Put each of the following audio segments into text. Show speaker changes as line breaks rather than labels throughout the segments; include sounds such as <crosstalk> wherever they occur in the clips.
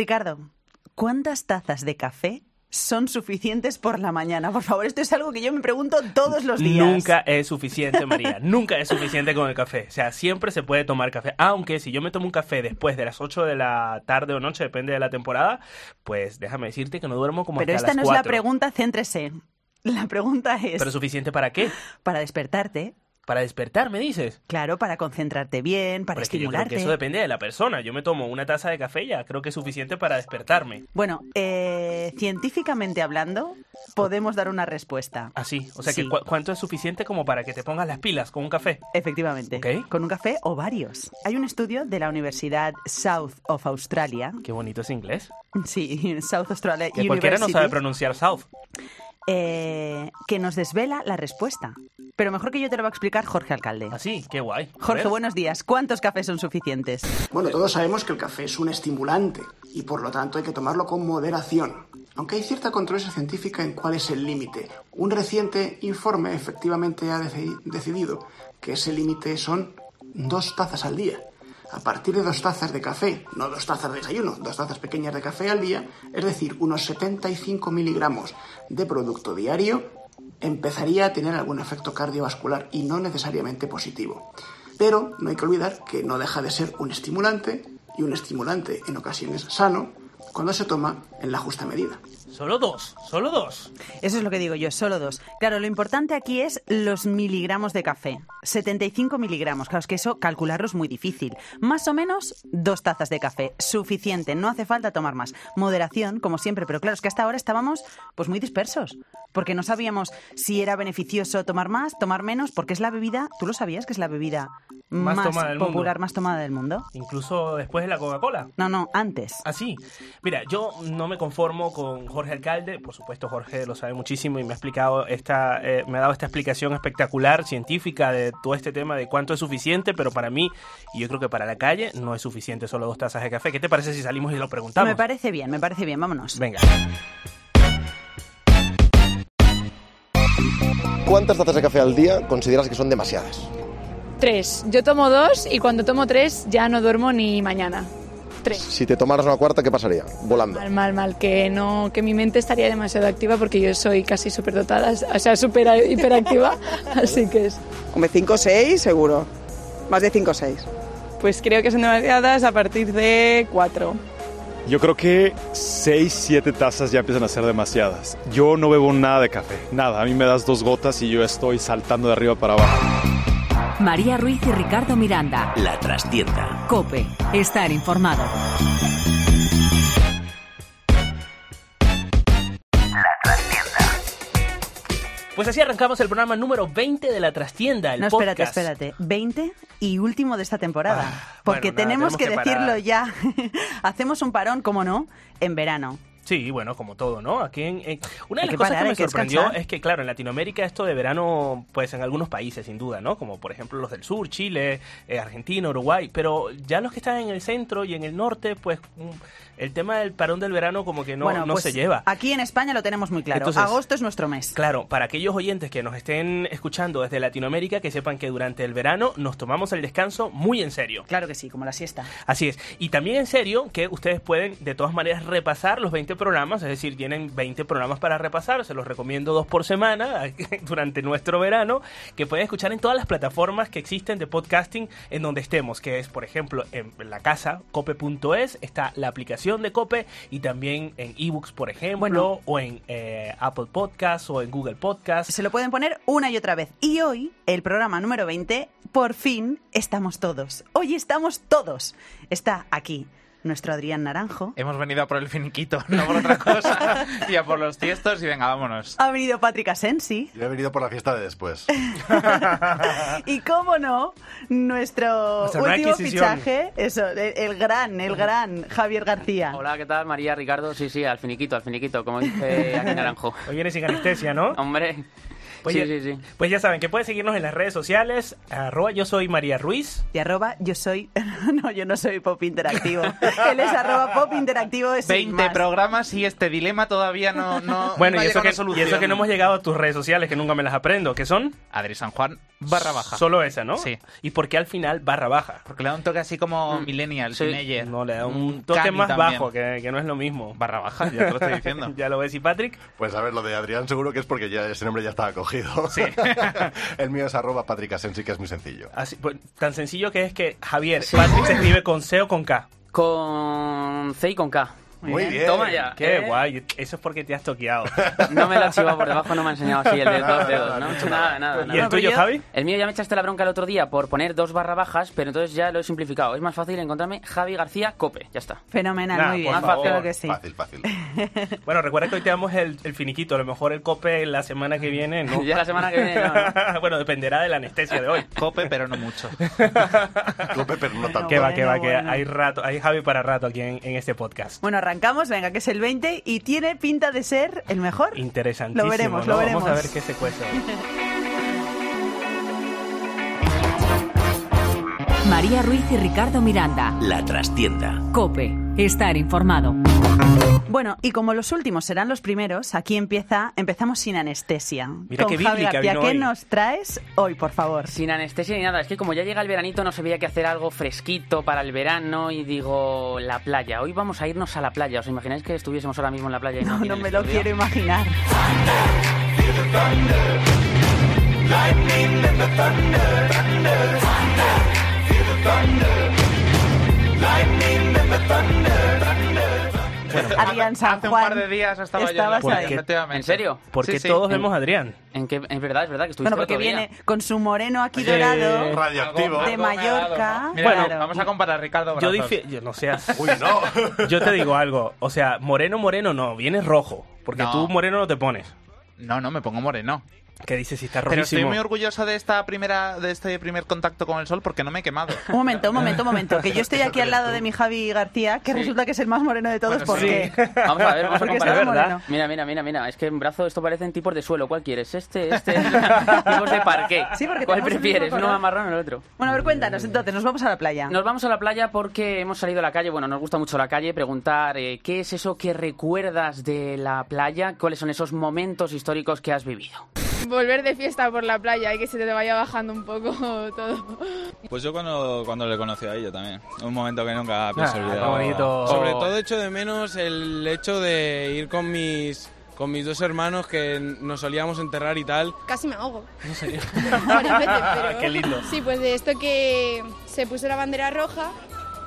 Ricardo, ¿cuántas tazas de café son suficientes por la mañana? Por favor, esto es algo que yo me pregunto todos los días.
Nunca es suficiente,
<laughs>
María. Nunca es suficiente con el café. O sea, siempre se puede tomar café. Aunque si yo me tomo un café después de las 8 de la tarde o noche, depende de la temporada, pues déjame decirte que no duermo como
Pero
hasta
esta
las
no es la
4.
pregunta, céntrese. La pregunta es,
¿Pero suficiente para qué?
para despertarte,
Para despertar, me dices.
claro, para concentrarte bien, para
Pero es que yo creo
estimularte.
que eso depende de la persona. Yo me tomo una taza de café y ya creo que es suficiente para despertarme.
Bueno, eh, científicamente hablando, podemos dar una respuesta.
Así. O sea,
Sí.
que cu- ¿cuánto es suficiente como para que te pongas las pilas con un café?
Efectivamente,
Ok.
con un café o varios. Hay un estudio de la Universidad South of Australia,
Qué bonito es inglés.
sí, <laughs> South Australia
Que cualquiera no
University,
sabe pronunciar South.
eh, que nos desvela la respuesta. Pero mejor que yo te lo va a explicar Jorge Alcalde.
Así, qué guay.
Jorge,
¿Ves?
buenos días. ¿Cuántos cafés son suficientes?
Bueno, todos sabemos que el café es un estimulante y por lo tanto hay que tomarlo con moderación. Aunque hay cierta controversia científica en cuál es el límite. Un reciente informe efectivamente ha deci- decidido que ese límite son dos tazas al día. A partir de dos tazas de café, no dos tazas de desayuno, dos tazas pequeñas de café al día, es decir, unos 75 miligramos de producto diario, empezaría a tener algún efecto cardiovascular y no necesariamente positivo. Pero no hay que olvidar que no deja de ser un estimulante y un estimulante en ocasiones sano cuando se toma en la justa medida.
Solo dos, solo dos.
Eso es lo que digo yo, solo dos. Claro, lo importante aquí es los miligramos de café. 75 miligramos, claro, es que eso calcularlo es muy difícil. Más o menos dos tazas de café, suficiente, no hace falta tomar más. Moderación, como siempre, pero claro, es que hasta ahora estábamos pues muy dispersos, porque no sabíamos si era beneficioso tomar más, tomar menos, porque es la bebida, tú lo sabías que es la bebida
Más
más,
tomada del mundo.
popular, más tomada del mundo.
Incluso después de la Coca-Cola.
No, no, antes.
Así. Mira, yo no me conformo con Jorge Alcalde. Por supuesto, Jorge lo sabe muchísimo y me ha explicado esta, eh, me ha dado esta explicación espectacular, científica, de todo este tema de cuánto es suficiente, pero para mí, y yo creo que para la calle, no es suficiente solo dos tazas de café. ¿Qué te parece si salimos y lo preguntamos?
Me parece bien, me parece bien, vámonos.
Venga.
¿Cuántas tazas de café al día consideras que son demasiadas?
Tres. Yo tomo dos y cuando tomo tres ya no duermo ni mañana. Tres.
Si te tomaras una cuarta, ¿qué pasaría? Volando.
Mal, mal, mal, que no, que mi mente estaría demasiado activa porque yo soy casi superdotada, o sea, super hiperactiva, <laughs> así que es.
Hombre, 5 o 6 seguro. Más de 5 o 6.
Pues creo que son demasiadas a partir de cuatro.
Yo creo que 6, 7 tazas ya empiezan a ser demasiadas. Yo no bebo nada de café, nada. A mí me das dos gotas y yo estoy saltando de arriba para abajo.
María Ruiz y Ricardo Miranda.
La trastienda.
Cope. Estar informado.
Pues así arrancamos el programa número 20 de La Trastienda, el
No, espérate,
podcast.
espérate. 20 y último de esta temporada.
Ah,
porque
bueno, nada, tenemos
tenemos, que,
que
decirlo
parar.
ya. <laughs> Hacemos un parón, como no, en verano.
Sí, bueno, como todo, ¿no? Aquí en, en- una de
Hay
las
que
cosas
parar,
que me
hay que
sorprendió
descansar.
es que, claro, en Latinoamérica esto de verano, pues en algunos países, sin duda, ¿no? Como por ejemplo los del sur, Chile, eh, Argentina, Uruguay, pero ya los que están en el centro y en el norte, pues mm, el tema del parón del verano como que no,
bueno,
no
pues
se lleva.
Aquí en España lo tenemos muy claro.
Entonces-
Agosto es nuestro mes.
Claro, para aquellos oyentes que nos estén escuchando desde Latinoamérica, que sepan que durante el verano nos tomamos el descanso muy en serio.
Claro que sí, como la siesta.
Así es. Y también en serio que ustedes pueden de todas maneras repasar los 20 programas, es decir, tienen 20 programas para repasar, se los recomiendo dos por semana <laughs> durante nuestro verano, que pueden escuchar en todas las plataformas que existen de podcasting en donde estemos, que es por ejemplo en la casa cope.es, está la aplicación de Cope y también en ebooks, por ejemplo,
Bueno.
o en eh, Apple Podcasts o en Google Podcasts.
Se lo pueden poner una y otra vez. Y hoy, el programa número 20, por fin estamos todos. Hoy estamos todos. Está aquí nuestro Adrián Naranjo.
Eh.
Hemos venido a por el finiquito, <laughs> no por otra cosa. y a por los tiestos y venga, vámonos.
Ha venido Patrick Asensi.
Yo he venido por la fiesta de después.
<laughs> Y cómo no, nuestro
Nuestra nueva
último
adquisición.
fichaje, eso, el, el gran, el gran Javier García.
Hola, ¿qué tal, María,
<laughs>
Ricardo? Sí, sí, al finiquito, al finiquito, como dice aquí Naranjo.
Hoy viene sin anestesia, ¿no?
Hombre,
Pues,
Sí,
ya,
sí, sí.
pues ya saben que pueden seguirnos en las redes sociales. Arroba yo soy María Ruiz.
Y arroba, yo soy. <laughs> No, yo no soy pop interactivo. <laughs> Él es arroba pop interactivo. Es
20 programas y este dilema todavía no. <laughs> no
Bueno,
no ha
y,
llegado
eso
a
que, y
solución.
eso que no hemos llegado a tus redes sociales, que nunca me las aprendo, que son
Adri San Juan, barra baja.
solo esa, ¿no?
Sí.
¿Y por qué al final barra baja?
Porque le da un toque así
Mm.
como millennial,
Sí.
teenager.
No, le da un toque
cani
más
también.
bajo, que, que no es lo mismo.
Barra baja, ya te lo estoy diciendo.
<laughs> ya lo ves, y Patrick.
Pues a ver, lo de Adrián seguro que es porque ya ese nombre ya estaba cogido.
Sí.
<laughs> El mío es arroba Patrick Asensi, que es muy sencillo.
Así, pues, tan sencillo que es que Javier, Patrick se escribe con C o con K.
Con C y con K.
Muy bien.
Toma ya.
Qué
¿eh?
guay, eso es porque te
<laughs>
has toqueado.
No me lo ha chivado por debajo, no me ha enseñado así el de
Nada,
dos dedos.
<laughs>
nada,
No,
no he hecho
nada, nada.
¿Y el
nada.
tuyo, Javi?
El mío ya me echaste la bronca el otro día por poner dos barra bajas, pero entonces ya lo he simplificado. Es más fácil encontrarme Javi García Cope. Ya está.
Fenomenal,
Nah,
muy
por
bien.
favor,
Claro que sí.
Fácil, fácil.
Bueno, recuerda que hoy te damos el, el finiquito, a lo mejor el cope la semana que viene, ¿no?
Ya <laughs> la semana que viene. no, no.
<laughs> bueno, dependerá de la anestesia de hoy.
Cope, pero no mucho.
Cope, pero no tanto.
Que va, que va,
Bueno,
que
bueno.
hay rato, hay Javi para rato aquí en, en este podcast.
Bueno, arrancamos, venga, que es el 20 y tiene pinta de ser el mejor.
Interesantísimo.
Lo veremos,
¿no?
lo veremos.
Vamos a ver qué se
<laughs>
cuece.
María Ruiz y Ricardo Miranda.
La trastienda.
Cope. Estar informado.
Bueno, y como los últimos serán los primeros, aquí empieza, empezamos sin anestesia.
Mira
Con
qué
Javi
bíblica
García,
vino
¿qué
hoy.
nos traes hoy, por favor?
Sin anestesia ni nada. Es que como ya llega el veranito, no sabía que hacer algo fresquito para el verano y digo, la playa. Hoy vamos a irnos a la playa. ¿Os imagináis que estuviésemos ahora mismo en la playa? y no,
No,
aquí en
no
el
me lo
estudio?
quiero imaginar. Adrián San
Hace un
Juan,
par de días estaba
estabas
yo en Pues la playa,
ahí.
efectivamente.
¿En serio?
¿Por
Sí,
qué
sí.
todos
En-
vemos a Adrián?
¿En qué? Es verdad, es verdad que estuviste
Bueno,
el
porque
otro día.
viene con su moreno aquí
Oye,
dorado.
Radioactivo.
De Mallorca.
Mira,
Bueno,
vamos a comparar Ricardo
Yo
Brazos.
dije, yo
<laughs>
no seas.
Uy, no.
<laughs> Yo te digo algo, o sea, moreno, moreno no, vienes rojo, porque
No.
tú moreno no te pones.
No, no, me pongo moreno.
Que dices si está
Pero estoy
rojísimo.
muy orgulloso de esta primera, de este primer contacto con el sol porque no me he quemado.
Un momento, un momento, un momento. Que yo estoy aquí al lado de mi Javi García, que resulta que es el más moreno de todos.
Bueno,
¿Por
sí.
qué?
<laughs> Vamos a ver, vamos a
Porque
comparar.
estaba moreno.
Mira, mira, mira, mira. Es que en brazo esto parecen tipos de suelo. ¿Cuál quieres? Este, este. <laughs>
<laughs>
tipos de parqué.
Sí, porque
¿Cuál
tenemos el mismo
prefieres?
color.
¿Uno más marrón o el otro?
<laughs> Bueno, a ver, cuéntanos entonces. Nos vamos a la playa.
Nos vamos a la playa porque hemos salido a la calle. Bueno, nos gusta mucho la calle. Preguntar eh, qué es eso que recuerdas de la playa. ¿Cuáles son esos momentos históricos que has vivido?
Volver de fiesta por la playa y que se te vaya bajando un poco <laughs> todo.
Pues yo cuando, cuando le conocí a ella también. Un momento que nunca pienso
Ah,
olvidar.
qué bonito.
Sobre todo echo de menos el hecho de ir con mis con mis dos hermanos que nos solíamos enterrar y tal.
Casi me ahogo. <laughs> Varias
<laughs>
veces, pero-
Qué lindo.
Sí, pues de esto que se puso la bandera roja,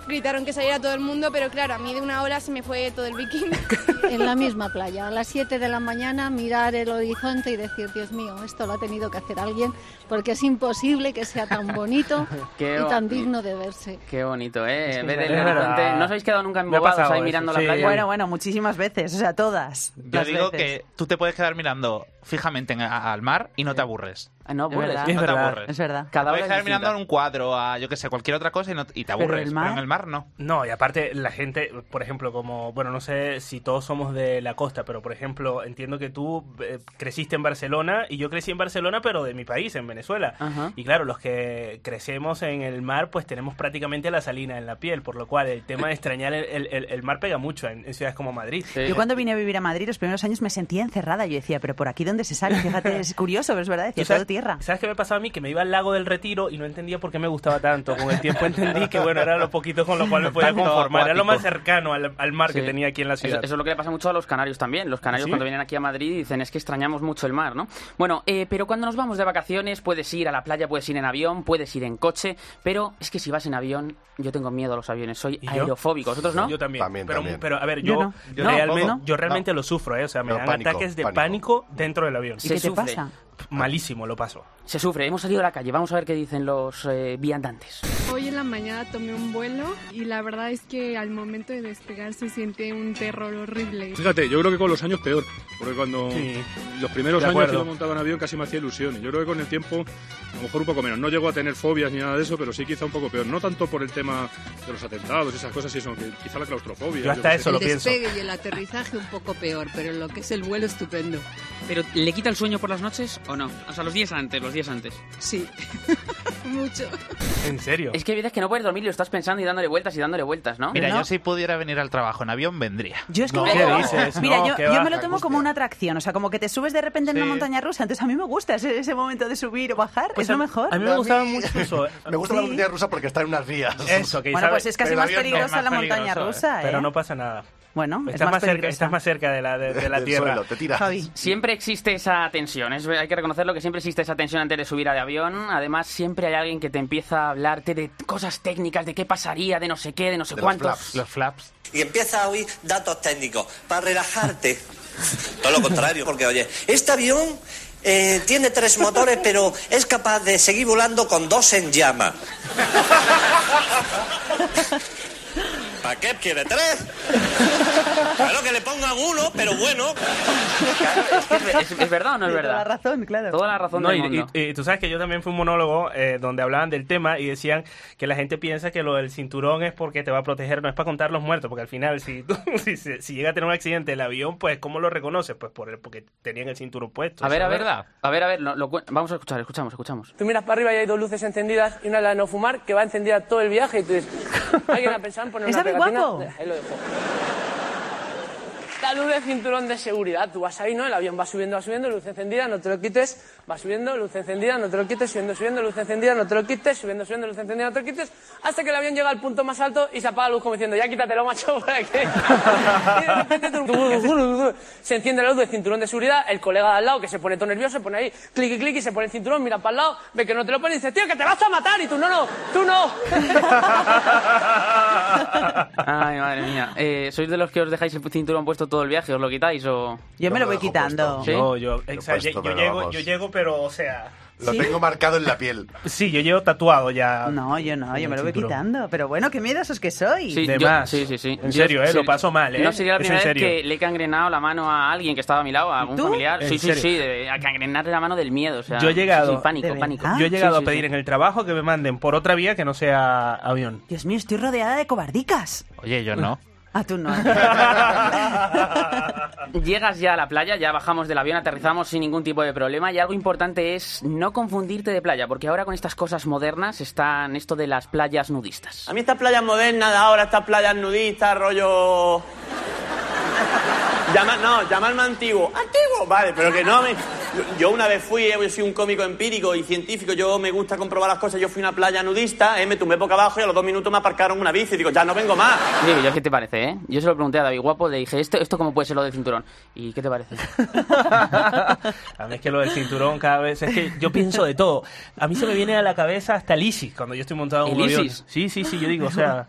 gritaron que saliera todo el mundo, pero claro, a mí de una ola se me fue todo el bikini.
<laughs> En la misma playa, a las 7 de la mañana, mirar el horizonte y decir, Dios mío, esto lo ha tenido que hacer alguien, porque es imposible que sea tan
<laughs>
bonito
Qué
y tan
bonito.
digno de verse.
Qué bonito, ¿eh?
que
Ver
es
el
verdad.
horizonte. ¿No os habéis quedado nunca
Me ha
embobados
pasado
ahí
eso,
mirando
sí.
la playa?
Bueno, bueno, muchísimas veces. O sea, todas.
Yo
las
digo
veces.
que tú te puedes quedar mirando fijamente en- a- al mar y no te aburres.
Ah, no,
Es
bueno,
verdad.
No te
verdad.
aburres.
Es verdad.
Cada hora
Puedes
es
quedar
distinta.
mirando a un cuadro, a yo que sé, cualquier otra cosa y, no- y te
Pero
aburres.
el mar-
Pero en el mar no.
No, y aparte la gente, por ejemplo, como, bueno, no sé si todos somos de la costa, pero por ejemplo, entiendo que tú eh, creciste en Barcelona y yo crecí en Barcelona, pero de mi país, en Venezuela.
Ajá.
Y claro, los que crecemos en el mar, pues tenemos prácticamente la salina en la piel, por lo cual el tema de extrañar el, el- el- el mar pega mucho en, en ciudades como Madrid.
Sí.
Yo cuando vine a vivir a Madrid los primeros años me sentía encerrada. Yo decía, pero por aquí dónde se sale,
<laughs>
fíjate, es curioso, pero es verdad, decía
¿Tú sabes-
todo tierra.
¿Sabes qué me pasaba a mí? Que me iba al lago del retiro y no entendía por qué me gustaba tanto. Con el tiempo entendí que, bueno, era lo poquito con lo cual me podía
Tanto
conformar. Era lo más
acuático.
cercano al, al mar que
Sí.
tenía aquí en la
Eso,
ciudad.
eso es lo que le pasa mucho a los canarios también. Los canarios
¿Sí?
cuando vienen aquí a Madrid dicen es que extrañamos mucho el mar, ¿no? Bueno, eh, pero cuando nos vamos de vacaciones puedes ir a la playa, puedes ir en avión, puedes ir en coche, pero es que si vas en avión, yo tengo miedo a los aviones, soy
¿Y yo?
aerofóbico. ¿Vosotros no?
Yo también.
También,
pero,
también.
pero, a ver, yo,
Yo no.
yo
No,
realmente,
¿no?
yo realmente lo sufro, ¿eh? O sea, me
No,
dan
pánico,
ataques de pánico.
pánico.
dentro del avión.
¿Y
Se
qué te
sufre.
pasa?
Malísimo, lo paso.
Se sufre, hemos salido a la calle, vamos a ver qué dicen los eh, viandantes.
Hoy en la mañana tomé un vuelo y la verdad es que al momento de despegar se siente un terror horrible.
Fíjate, yo creo que con los años peor, porque cuando
Sí.
los primeros
De
años que
acuerdo.
yo montaba en avión casi me hacía ilusiones. Yo creo que con el tiempo, a lo mejor un poco menos. No llego a tener fobias ni nada de eso, pero sí quizá un poco peor. No tanto por el tema de los atentados y esas cosas, sino que quizá la claustrofobia.
Yo hasta
qué
eso
sé.
lo pienso.
y el aterrizaje un poco peor, pero lo que es el vuelo estupendo.
¿Pero le quita el sueño por las noches o no? O sea, los días antes, los días antes.
Sí, mucho.
¿En serio?
Es que hay veces que no puedes dormir y lo estás pensando y dándole vueltas y dándole vueltas, ¿no?
Mira,
¿No?
yo si pudiera venir al trabajo en avión, vendría.
Yo es que
No,
me lo
¿qué
tomo-
dices?
<laughs> Mira,
No,
yo,
¿qué
yo
va?
me lo tomo como una atracción, o sea, como que te subes de repente en
Sí.
una montaña rusa. Entonces a mí me gusta ese, ese momento de subir o bajar, es lo mejor.
Pues A mí me gustaba mucho eso.
<laughs> Me gusta la montaña rusa porque está en unas vías.
Eso, que
Bueno,
sabe-
pues es casi
pero
más
el avión no,
peligrosa
más
la montaña
peligroso,
rusa, ¿eh?
Pero no pasa nada.
Bueno, es
estás
más
más, cerca,
peligrosa.
estás más cerca de la, de, de la
<laughs> Del
tierra.
suelo, te tiras. Javi.
Siempre existe esa tensión, es- hay que reconocerlo que siempre existe esa tensión antes de subir al avión. Además, siempre hay alguien que te empieza a hablarte de cosas técnicas, de qué pasaría, de no sé qué, de no sé
De los
cuántos.
flaps. Los flaps.
y empieza a oír datos técnicos para relajarte. Todo lo contrario, porque oye, este avión eh, tiene tres motores, pero es capaz de seguir volando con dos en llama. ¿Para qué quiere tres? Claro que le pongan uno, pero bueno.
¿Es, es verdad o no es
Toda la
verdad?
razón, claro.
Toda la razón
No,
del
y,
mundo.
y- y tú sabes que yo también fui un monólogo eh, donde hablaban del tema y decían que la gente piensa que lo del cinturón es porque te va a proteger, no es para contar los muertos, porque al final si, tú- <laughs> si, se- si llega a tener un accidente el avión, pues ¿cómo lo reconoces? Pues por el, porque tenían el cinturón puesto.
A ver, a
¿sabes?
ver,
<laughs>
a ver, a ver, lo- lo cu- vamos a escuchar, escuchamos, escuchamos.
Tú miras para arriba y hay dos luces encendidas y una la de no fumar que va encendida todo el viaje y tú dices, <laughs> alguien ha pensado en poner una
Está muy
pegatina?
guapo.
Ahí lo dejo. Esta luz de cinturón de seguridad, tú vas ahí, ¿no? El avión va subiendo, va subiendo, luz encendida, no te lo quites, va subiendo, luz encendida, no te lo quites, subiendo, subiendo, luz encendida, no te lo quites, subiendo, subiendo, luz encendida, no te lo quites, hasta que el avión llega al punto más alto y se apaga la luz como diciendo, ya quítatelo, macho, <laughs> ¿para qué? Y de repente tú- tú- tú- tú- tú- se enciende la luz del cinturón de seguridad, el colega de al lado que se pone todo nervioso, pone ahí, clic y clic y se pone el cinturón, mira para el lado, ve que no te lo pone y dice, tío, que te vas a matar, y tú, no, no, tú no.
Ay, madre mía. Eh, ¿Sois de los que os dejáis el cinturón puesto todo el viaje? ¿Os lo quitáis o...?
Yo me lo voy quitando.
¿Sí?
No, yo, o sea,
puesto,
yo- yo
pero
llego,
vamos.
yo llego, pero o sea...
Lo tengo marcado en la piel.
Sí, yo llevo tatuado ya.
No, yo no, yo me lo voy
cinturón.
quitando. Pero bueno, qué miedosos que soy.
Sí,
De
yo-
más.
sí, sí, sí.
En
Yo-
serio, ¿eh?
sí.
Lo paso mal, ¿eh?
No sería la
Es en
primera vez
serio.
que le he cangrenado la mano a alguien que estaba a mi lado, a algún
¿Tú?
familiar.
¿En
Sí, sí,
serio?
sí, de- a cangrenarle la mano del miedo. O sea,
yo he llegado,
sí, sí, pánico, pánico.
Yo he llegado
Ah, Sí, sí,
a pedir
sí.
en el trabajo que me manden por otra vía que no sea avión.
Dios mío, estoy rodeada de cobardicas.
Oye, yo no.
Ah, tú no.
<laughs> Llegas ya a la playa, ya bajamos del avión, aterrizamos sin ningún tipo de problema y algo importante es no confundirte de playa, porque ahora con estas cosas modernas están esto de las playas nudistas.
A mí estas playas modernas de ahora, estas playas nudistas, rollo... Llama- no, llamarme antiguo. Antiguo, vale, pero que no me... Yo- Yo una vez fui, eh, yo soy un cómico empírico y científico, yo me gusta comprobar las cosas, yo fui a una playa nudista, eh, me tumbé boca abajo y a los dos minutos me aparcaron una bici y digo, ya no vengo más.
Digo, yo, ¿qué te parece, eh? Yo se lo pregunté a David Guapo, le dije, ¿esto, esto cómo puede ser lo del cinturón? ¿Y qué te parece?
A mí es que lo del cinturón cada vez es que yo pienso de todo. A mí se me viene a la cabeza hasta el ISIS cuando yo estoy montado en un
¿El
avión.
ISIS?
Sí, sí, sí, yo digo, o sea,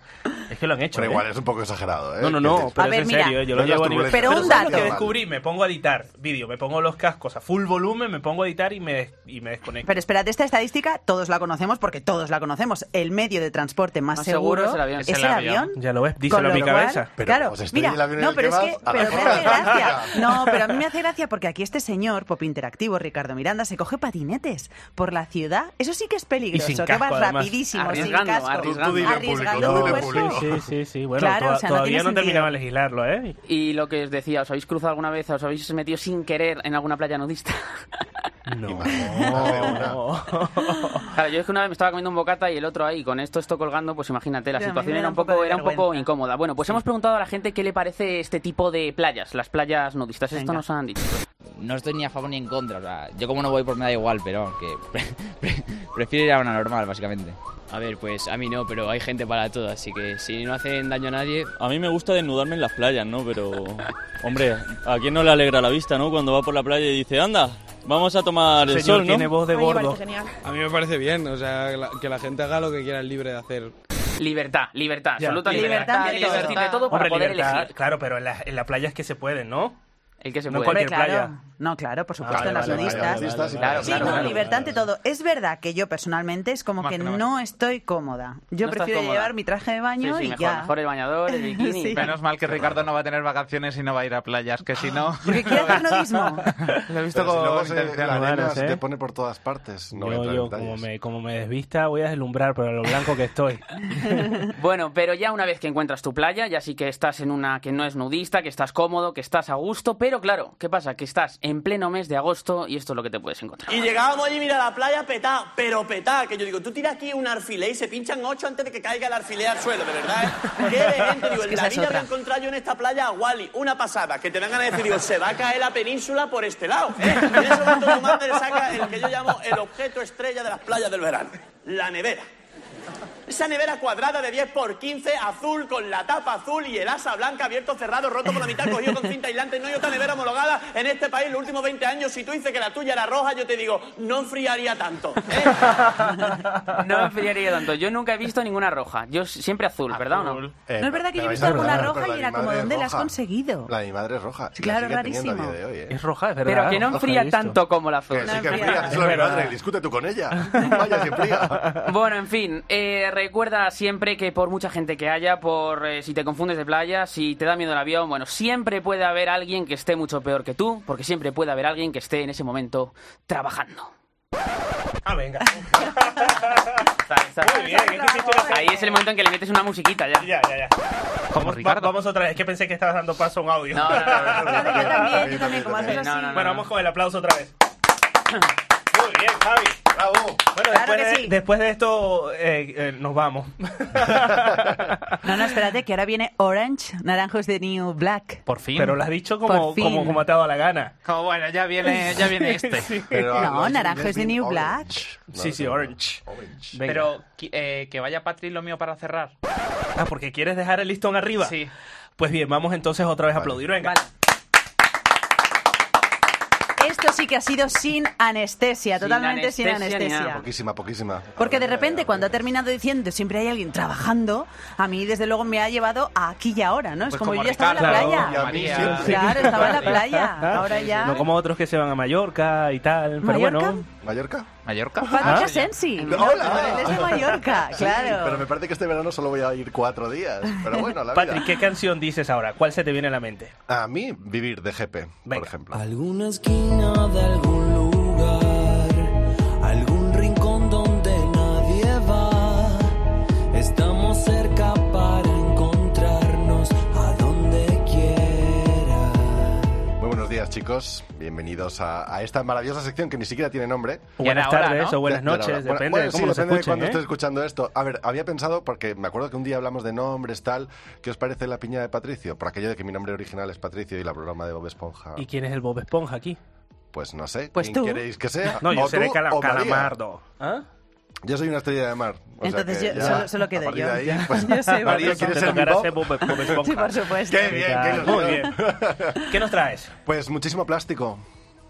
es que lo han hecho. ¿eh?
Pero igual es un poco exagerado, ¿eh?
No, no, no,
Quiero
<laughs>
pero
A
es
ver,
en
mira,
serio, ¿eh? yo lo
no
llevo a
las
nivel.
turbulencias. Pero un
¿sabes lo
dato.
que descubrí? Me pongo a editar vídeo, me pongo los cascos a full volumen, me pongo a editar y me, y me desconecto.
Pero espérate, esta estadística todos la conocemos porque todos la conocemos. El medio de transporte más,
Más seguro es el avión.
es el avión.
Ya lo ves, díselo
Con
a mi
lo cual,
cabeza.
claro,
pues, estoy
mira,
en el avión en
no,
el
pero
que
es que
vas, a la
pero me
cola.
hace gracia. No, pero a mí me hace gracia porque aquí este señor, pop interactivo, Ricardo Miranda, se coge patinetes por la ciudad. Eso sí que es peligroso,
sin
que
casco,
va
además.
rapidísimo,
Arriesgando,
sin casco.
arriesgando. Tú dile al público,
Arriesgando
tú
tu
dile al
cuerpo.
Sí, sí, sí, sí. Bueno,
Claro,
to-
o sea, no
todavía
tiene
no,
sentido.
terminaba de legislarlo, ¿eh?
Y lo que os decía, ¿os habéis cruzado alguna vez, os habéis metido sin querer en alguna playa nudista? <laughs>
No. <laughs>
Claro, yo es que una vez me estaba comiendo un bocata y el otro ahí con esto esto colgando, pues imagínate, la
Ya, a mí
situación
me da
era
un
un
poco
poco
de
era un poco
vergüenza.
incómoda. Bueno, pues hemos preguntado a la gente qué le parece este tipo de playas, las playas nudistas. Esto
Venga.
nos han dicho.
No estoy ni a favor ni en contra. O sea, yo como no voy, pues me da igual, pero que pre- pre- prefiero ir a una normal, básicamente.
A ver, pues a mí no, pero hay gente para todo, así que si no hacen daño a nadie...
A mí me gusta desnudarme en las playas, ¿no? Pero, hombre, ¿a quién no le alegra la vista, ¿no? Cuando va por la playa y dice, anda, vamos a tomar el
Señor,
sol, ¿no?
tiene voz de gordo.
A mí me parece bien, o sea, que la, que la gente haga lo que quiera libre de hacer.
Libertad, libertad,
Ya.
absoluta
Libertad
libertad,
de todo.
libertad de todo para
Hombre,
poder
libertad,
elegir.
claro, pero en la, en la playa es que se puede, ¿no?
El que se
No en
puede.
cualquier
Hombre, claro. No, claro, por supuesto,
Vale,
en las
vale, vale,
nudistas.
vale, vale, vale, Claro,
sí,
claro,
no,
claro.
libertad ante todo. Es verdad que yo personalmente es como
Más
que
que nada.
no estoy cómoda. Yo
No estás
prefiero
cómoda.
llevar mi traje de baño
Sí, sí,
y
mejor,
ya.
mejor el bañador,
<laughs>
el bikini.
Sí.
Menos mal que Ricardo no va a tener vacaciones y no va a ir a playas, que si no...
quiere hacer
<laughs>
nudismo.
Lo he visto
Pero si
con
luego se-
intención.
la arena
Bueno,
se
¿eh?
te pone por todas partes. No voy a
yo,
entrar en
yo
detalles.
como me, como me desvista, voy a deslumbrar por lo blanco que estoy.
Bueno, pero ya una vez que encuentras tu playa, ya sí que estás en una que no es nudista, que estás cómodo, que estás a gusto, pero claro, ¿qué pasa? Que estás en pleno mes de agosto y esto es lo que te puedes encontrar.
Y llegábamos allí, mira, la playa petá, pero petá, que yo digo, tú tiras aquí un arfilé y se pinchan ocho antes de que caiga el arfilé al suelo, de
<laughs>
verdad, ¿eh? Qué de gente, digo,
Es
en
que esa
la
es
vida voy
otra.
a encontrar yo en esta playa a Wally, una pasada, que te vengan a decir, digo, se va a caer la península por este lado, ¿eh? Y en ese momento tu madre saca el que yo llamo el objeto estrella de las playas del verano, la nevera. Esa nevera cuadrada de 10 por 15, azul, con la tapa azul y el asa blanca abierto, cerrado, roto por la mitad, cogido con cinta aislante. No hay otra nevera homologada en este país los últimos 20 años. Si tú dices que la tuya era roja, yo te digo, no enfriaría tanto. ¿eh?
No me enfriaría tanto. Yo nunca he visto ninguna roja. Yo s- siempre azul, ¿verdad o no?
no es verdad que yo he
Eh, pero
visto
es
alguna
verdad,
roja
pero la
y era
de
como,
madre
¿dónde la has
roja.
conseguido? <laughs>
La de mi madre es roja. y la
Claro,
sigue teniendo a
rarísimo.
día de hoy, ¿eh?
Es roja, es
Pero que no enfría tanto como la azul.
Que sí que enfría, es lo de mi madre, discute tú con ella.
<laughs>
Vaya que enfría.
Bueno, en fin, eh, recuerda siempre que por mucha gente que haya, por eh, si te confundes de playa, si te da miedo el avión, bueno, siempre puede haber alguien que esté mucho peor que tú, porque siempre puede haber alguien que esté en ese momento trabajando.
Ah, venga.
Está, está.
Muy bien, es que sí, tú lo sabes.
Ahí es el momento en que le metes una musiquita ya.
Ya, ya, ya. Vamos, va- vamos otra vez, que pensé que estabas dando paso a un audio.
No, no, no, no,
no, no,
<laughs>
no, Yo también, yo también, como haces así. No, no, no,
Bueno,
no.
vamos con el aplauso otra
<coughs>
vez. Muy bien, Javi.
Bravo.
Bueno,
Claro
después,
que
de,
sí.
después de esto eh, eh, nos <laughs> vamos.
No, no, espérate, que ahora viene Orange, Naranjos de New Black.
Por fin. Pero lo has dicho como,
Por fin.
como, como te ha dado la gana.
Como bueno, ya viene, ya
<laughs>
viene este.
Pero
No,
lo has-
naranjo es de New
Black.
Sí, sí, Orange.
Pero qui- eh, que vaya Patri lo mío para cerrar.
Ah, porque quieres dejar el listón arriba.
Sí.
Pues bien, vamos entonces otra vez a aplaudir. Venga.
Esto sí que ha sido sin anestesia,
Sin
totalmente sin
anestesia ni nada.
anestesia.
Poquísima, poquísima.
Porque de repente, cuando ha terminado diciendo siempre hay alguien trabajando, a mí desde luego me ha llevado a aquí y ahora, ¿no? es
Pues
como,
como
yo ya estaba en la
Ricardo,
playa.
Y a mí siempre.
Claro, estaba
<laughs>
en la playa. Ahora ya.
Ah, No como otros que se van a Mallorca y tal. Pero
¿Mallorca?
bueno.
¿Mallorca?
¿Mallorca?
Patricia Sensi.
No,
No,
Ah. hola.
pero él es de Mallorca,
Sí, pero
claro.
me parece que este verano solo voy a ir cuatro días. Pero bueno, la vida.
Patrick, ¿qué canción dices ahora? ¿Cuál se te viene a la mente?
A mí, vivir de GP, por ejemplo.
Alguna esquina de algún lugar, algún rincón donde nadie va. Estamos cerca para encontrarnos a donde quiera.
Muy buenos días, chicos. Bienvenidos a, a esta maravillosa sección que ni siquiera tiene nombre.
O buenas
ahora,
tardes
¿no?
o buenas
De- de la
noches,
hora. Bueno,
depende
bueno,
de
sí,
cómo nos
depende de
escuchen.
cuando estés
¿eh?
escuchando esto. A ver, había pensado, porque me acuerdo que un día hablamos de nombres, tal. ¿Qué os parece la piña de Patricio? Por aquello de que mi nombre original es Patricio y la programa de Bob Esponja.
¿Y quién es el Bob Esponja aquí?
Pues no sé.
Pues
¿Quién
tú.
queréis que sea?
No, yo
O
seré
tú
cala-
o María.
Calamardo. ¿Ah?
Yo soy una estrella de mar. o sea
Entonces
que
yo-
ya,
solo- solo
a
quedo
partir
yo.
de ahí,
<laughs>
pues,
Yo soy
María,
Bob
¿quieres
Te
ser mi
tocará
Bob?
ser Bob, Bob Esponja.
Sí, por supuesto.
Qué bien, qué ilusión.
Muy bien. ¿Qué nos traes?
Pues muchísimo plástico.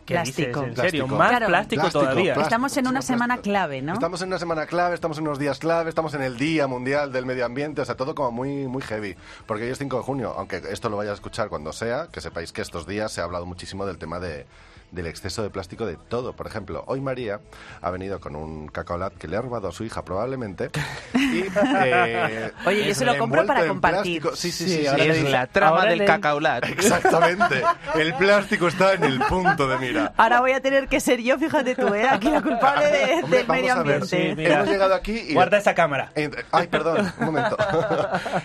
¿Qué
Plástico.
dices? En serio,
Plástico.
más
Claro.
plástico,
Plástico,
todavía.
plástico.
Estamos en una semana clave, ¿no?
Estamos en una semana clave, estamos en unos días clave, estamos en el Día Mundial del Medio Ambiente, o sea, todo como muy, muy heavy. Porque hoy es 5 de junio, aunque esto lo vayas a escuchar cuando sea, que sepáis que estos días se ha hablado muchísimo del tema de, del exceso de plástico de todo. Por ejemplo, hoy María ha venido con un cacaolat que le ha robado a su
<laughs>
hija probablemente. Y, eh,
Oye, yo se lo compro
envuelto
para
en
compartir.
plástico. Sí, sí, sí.
Sí,
ahora le
es
dice-
la trama
ahora
del
le-
cacaulat.
Exactamente. El plástico está en el punto de mira.
Ahora voy a tener que ser yo, fíjate tú, ¿eh? Aquí la culpable <laughs> de-
Hombre,
del
vamos
medio
a ver,
ambiente.
sí, mira. Hemos llegado aquí y-
Guarda esa cámara.
Eh, Ay, perdón, un momento.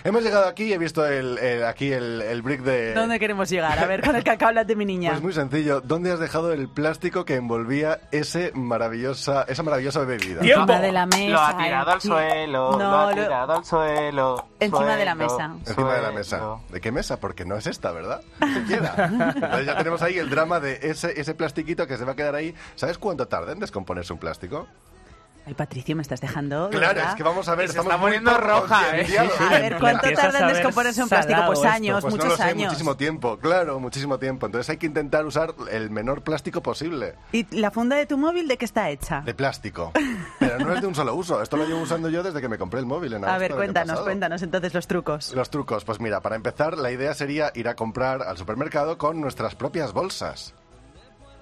Hemos llegado aquí y he visto el, el- aquí el, el brick de...
¿Dónde queremos llegar? A ver, con el cacao hablas de mi niña.
Pues muy sencillo, ¿dónde has dejado el plástico que envolvía ese maravillosa, esa maravillosa bebida?
Tiempo.
Encima de la mesa.
Lo ha tirado al
Sí.
suelo, lo
No,
ha
lo-
tirado al suelo.
Encima de la
suelo,
mesa.
Encima de la
suelo.
mesa. ¿De qué mesa? Porque no es esta, ¿verdad? Ni siquiera. Entonces ya tenemos ahí el drama de ese, ese plastiquito que se va a quedar ahí. ¿Sabes cuánto tarda en descomponerse un plástico?
Ay, Patricio, me estás dejando. de
Claro,
verdad.
es que vamos a ver.
Se
estamos
está
muy
poniendo
poco
roja, ¿eh?
concienciados.
Sí, sí, A ver, ¿cuánto empiezas tarda en a ver descomponerse un plástico? Pues salado años, esto.
Pues no
muchos
lo sé,
años.
Muchísimo tiempo, claro, muchísimo tiempo. Entonces hay que intentar usar el menor plástico posible.
¿Y la funda de tu móvil de qué está hecha?
De plástico. Pero no es de un solo uso. Esto lo llevo usando yo desde que me compré el móvil. En
A
agosto
ver,
del año
cuéntanos,
pasado.
cuéntanos entonces los trucos.
Los trucos. Pues mira, para empezar, la idea sería ir a comprar al supermercado con nuestras propias bolsas.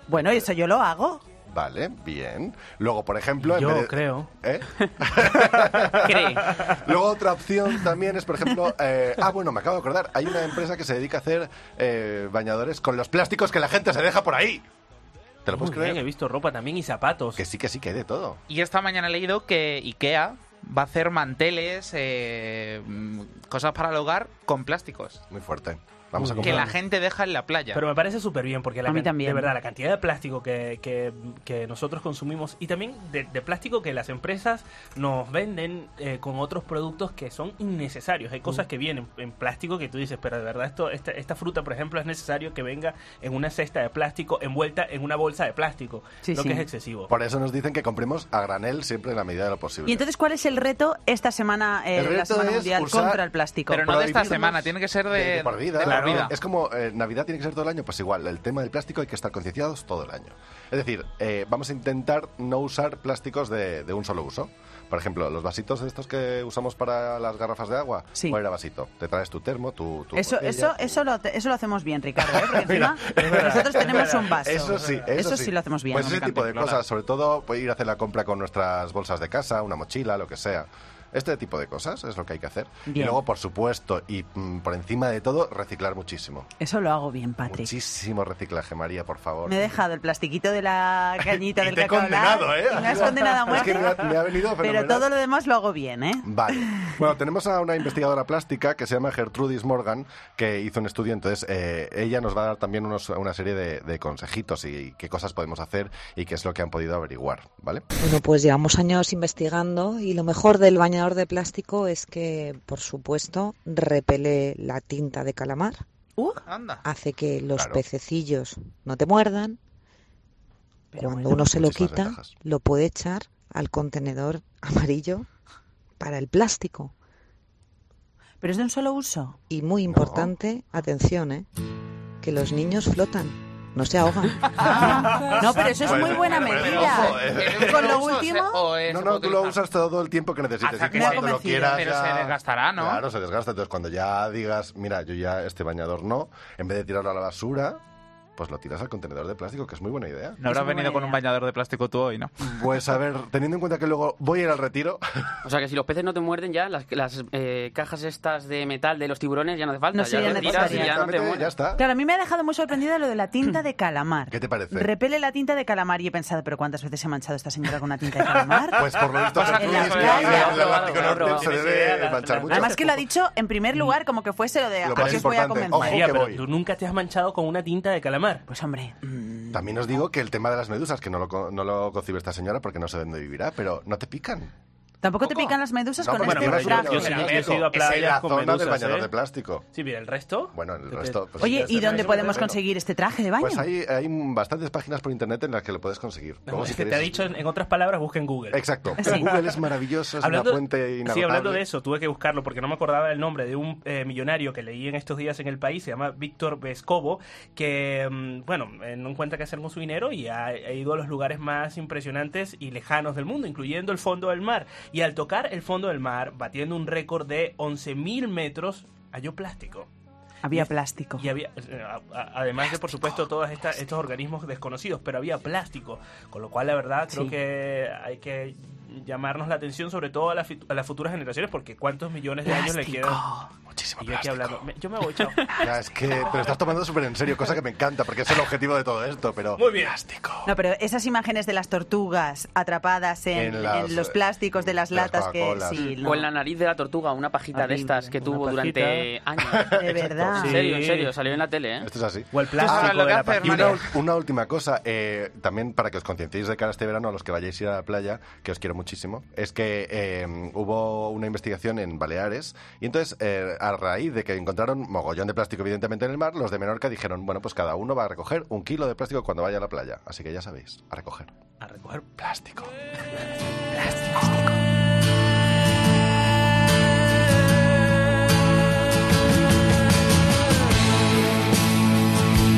Bueno, eso yo lo hago.
Vale, bien. Luego, por ejemplo, en
Yo
vez de-
creo.
¿Eh? Luego otra opción también es, por ejemplo, eh, ah, bueno, me acabo de acordar, hay una empresa que se dedica a hacer eh, bañadores con los plásticos que la gente se deja por ahí. ¿Te lo
Muy
puedes creer?
bien, he visto ropa también y zapatos. Que
sí, que sí, que hay de todo.
Y esta mañana he leído que IKEA va a hacer manteles, eh, mm, cosas para el hogar con plásticos.
Muy fuerte. Vamos a
Que la
comprar.
gente deja en la playa.
Pero me parece súper bien porque la
A mí
can-
también.
de verdad la cantidad de plástico que, que- que nosotros consumimos y también de, de plástico que las empresas nos venden eh, con otros productos que son innecesarios. Hay
Mm.
cosas que vienen en plástico que tú dices, pero de verdad esto esta, esta fruta, por ejemplo, es necesario que venga en una cesta de plástico envuelta en una bolsa de plástico, lo que es excesivo.
Por eso nos dicen que compremos a granel siempre en la medida de lo posible.
Y entonces, ¿cuál es el reto esta semana, eh,
El
la
reto
Semana
es
Mundial
usar-
contra el plástico?
Pero no de esta
Prohibirnos
semana, tiene que ser de,
De- de por
de
vida,
por
claro.
vida.
Es como eh, Navidad tiene que ser todo el año, pues igual, el tema del plástico hay que estar concienciados todo el año. Es decir, eh, vamos a intentar no usar plásticos de, de un solo uso. Por ejemplo, los vasitos estos que usamos para las garrafas de agua, ¿cuál era vasito? Te traes tu termo, tu... eh, tu
Eso,
botella,
eso,
tu-
eso, lo, eso lo hacemos bien, Ricardo, ¿eh? porque encima nosotros tenemos un vaso.
Eso sí, eso,
sí. lo hacemos bien.
Pues
no
ese
me
tipo de
cantes.
cosas, sobre todo pues, ir a hacer la compra con nuestras bolsas de casa, una mochila, lo que sea. Este tipo de cosas es lo que hay que hacer. Y
Bien.
luego, por supuesto, y mm, por encima de todo, reciclar muchísimo.
Eso lo hago bien, Patrick.
Muchísimo reciclaje, María, por favor.
Me he dejado el plastiquito de la
<laughs>
cañita
Y
del
te he
cacao Lab,
condenado, ¿eh?
y me has condenado a
Es
muerte.
que me ha, me ha venido
pero
fenomenal.
todo lo demás lo hago bien, ¿eh?
Vale. Bueno, tenemos a una investigadora plástica que se llama Gertrudis Morgan, que hizo un estudio, entonces eh, ella nos va a dar también unos- una serie de, de consejitos y, qué cosas podemos hacer y qué es lo que han podido averiguar, ¿vale?
Bueno, pues llevamos años investigando y lo mejor del bañador de plástico es que, por supuesto, repele la tinta de calamar.
Uh,
Hace que los pececillos no te muerdan. Cuando
bueno,
uno se lo
muchísimas
quita,
ventajas.
lo puede echar al contenedor amarillo para el plástico.
Pero es de un solo uso.
Y muy importante, atención, ¿eh? que los niños flotan, no se ahogan.
Ah, No, pero eso es
Pues,
muy buena
pero, pero,
medida.
ojo,
eh.
Con lo
Uso,
último...
No, no, tú lo usas todo el tiempo que necesites.
Hasta
y
que
cuando
se-
lo quieras.
pero
ya-
se
Ah,
desgastará, ¿no?
Claro, se desgasta. Entonces, cuando ya digas, mira, yo ya este bañador no, en vez de tirarlo a la basura, pues lo tiras al contenedor de plástico, que es muy buena idea.
No habrás venido con un bañador de plástico tú hoy, ¿no?
Pues a ver, teniendo en cuenta que luego voy a ir al retiro.
O sea que si los peces no te muerden ya, las, las, eh, cajas estas de metal de los tiburones ya no hace falta.
No
ya
serían
lo tiras y ya no te
Directamente,
muerden.
ya está.
Claro, a mí me ha dejado muy sorprendida lo de la tinta de calamar.
¿Qué te parece?
Repele la tinta de calamar y he pensado, pero ¿cuántas veces se ha manchado esta señora con una tinta de calamar?
Pues por lo visto,
En
Gertrudis,
la
que
playa.
vive en el Atlántico Norte se
Tienes
debe
idea,
manchar mucho.
Además que lo ha dicho en primer lugar como que fuese lo de
Mm. Lo
"Aquí
más
os voy a
importante,
convencer.
ojo
María,
que
pero
voy.
tú nunca te has manchado con una tinta de calamar.
Pues hombre,
También os digo que el tema de las medusas, que no lo, co- no lo concibe esta señora porque no sé dónde vivirá, pero no te pican.
tampoco te pican las medusas
No,
con
porque
este
encima yo-
disfraz.
yo sí- yo he ido a
Es en la
playas con
zona del
medusas,
bañador
¿eh?
de
plástico.
Sí, mira, el resto.
Bueno, el resto. pues,
Oye,
este
¿y dónde
mes,
podemos
bueno.
conseguir este traje de baño?
Pues hay, hay bastantes páginas por internet en las que lo puedes conseguir. Luego, si
Es que te ha
queréis-
dicho, en, en otras palabras, busca en Google.
Exacto. Google es maravilloso, es
Hablando-
una fuente
Sí,
inagotable.
hablando de eso, tuve que buscarlo porque no me acordaba el nombre de un eh, millonario que leí en estos días en el país, se llama Víctor Vescovo, que, mm, bueno, eh, no encuentra qué hacer con su dinero y ha, ha ido a los lugares más impresionantes y lejanos del mundo, incluyendo el fondo del mar. Y al tocar el fondo del mar, batiendo un récord de 11.000 metros, halló plástico.
Había plástico.
Y había, eh, a- a- además de, por supuesto, todos esta- estos organismos desconocidos, pero había plástico. Con lo cual, la verdad, creo
Sí.
que hay que llamarnos la atención, sobre todo a, la fit- a las futuras generaciones, porque cuántos millones de años le
Plástico.
quedan. Muchísimo yo aquí hablando. Me- Yo me voy,
<laughs>
chao.
Ya, es que te lo estás tomando súper en serio, cosa que me encanta, porque es el objetivo de todo esto, pero...
Muy bien.
No, pero esas imágenes de las tortugas atrapadas en,
En las,
en los plásticos de las, latas que sí, no.
O en la nariz de la tortuga, una pajita de estas que tuvo durante
pajita.
años.
<laughs>
<laughs> De verdad.
En serio, en serio, salió en la tele, ¿eh?
Esto es así.
O el plástico
sabes lo
de
que
la
haces,
Y
página.
una, ul- una última cosa, eh, también para que os concienciéis de cara a este verano, a los que vayáis a ir a la playa, que os quiero muchísimo, es que eh, hubo una investigación en Baleares y entonces, eh, a raíz de que encontraron mogollón de plástico, evidentemente, en el mar, los de Menorca dijeron, bueno, pues cada uno va a recoger un kilo de plástico cuando vaya a la playa. Así que ya sabéis, a recoger.
A recoger plástico.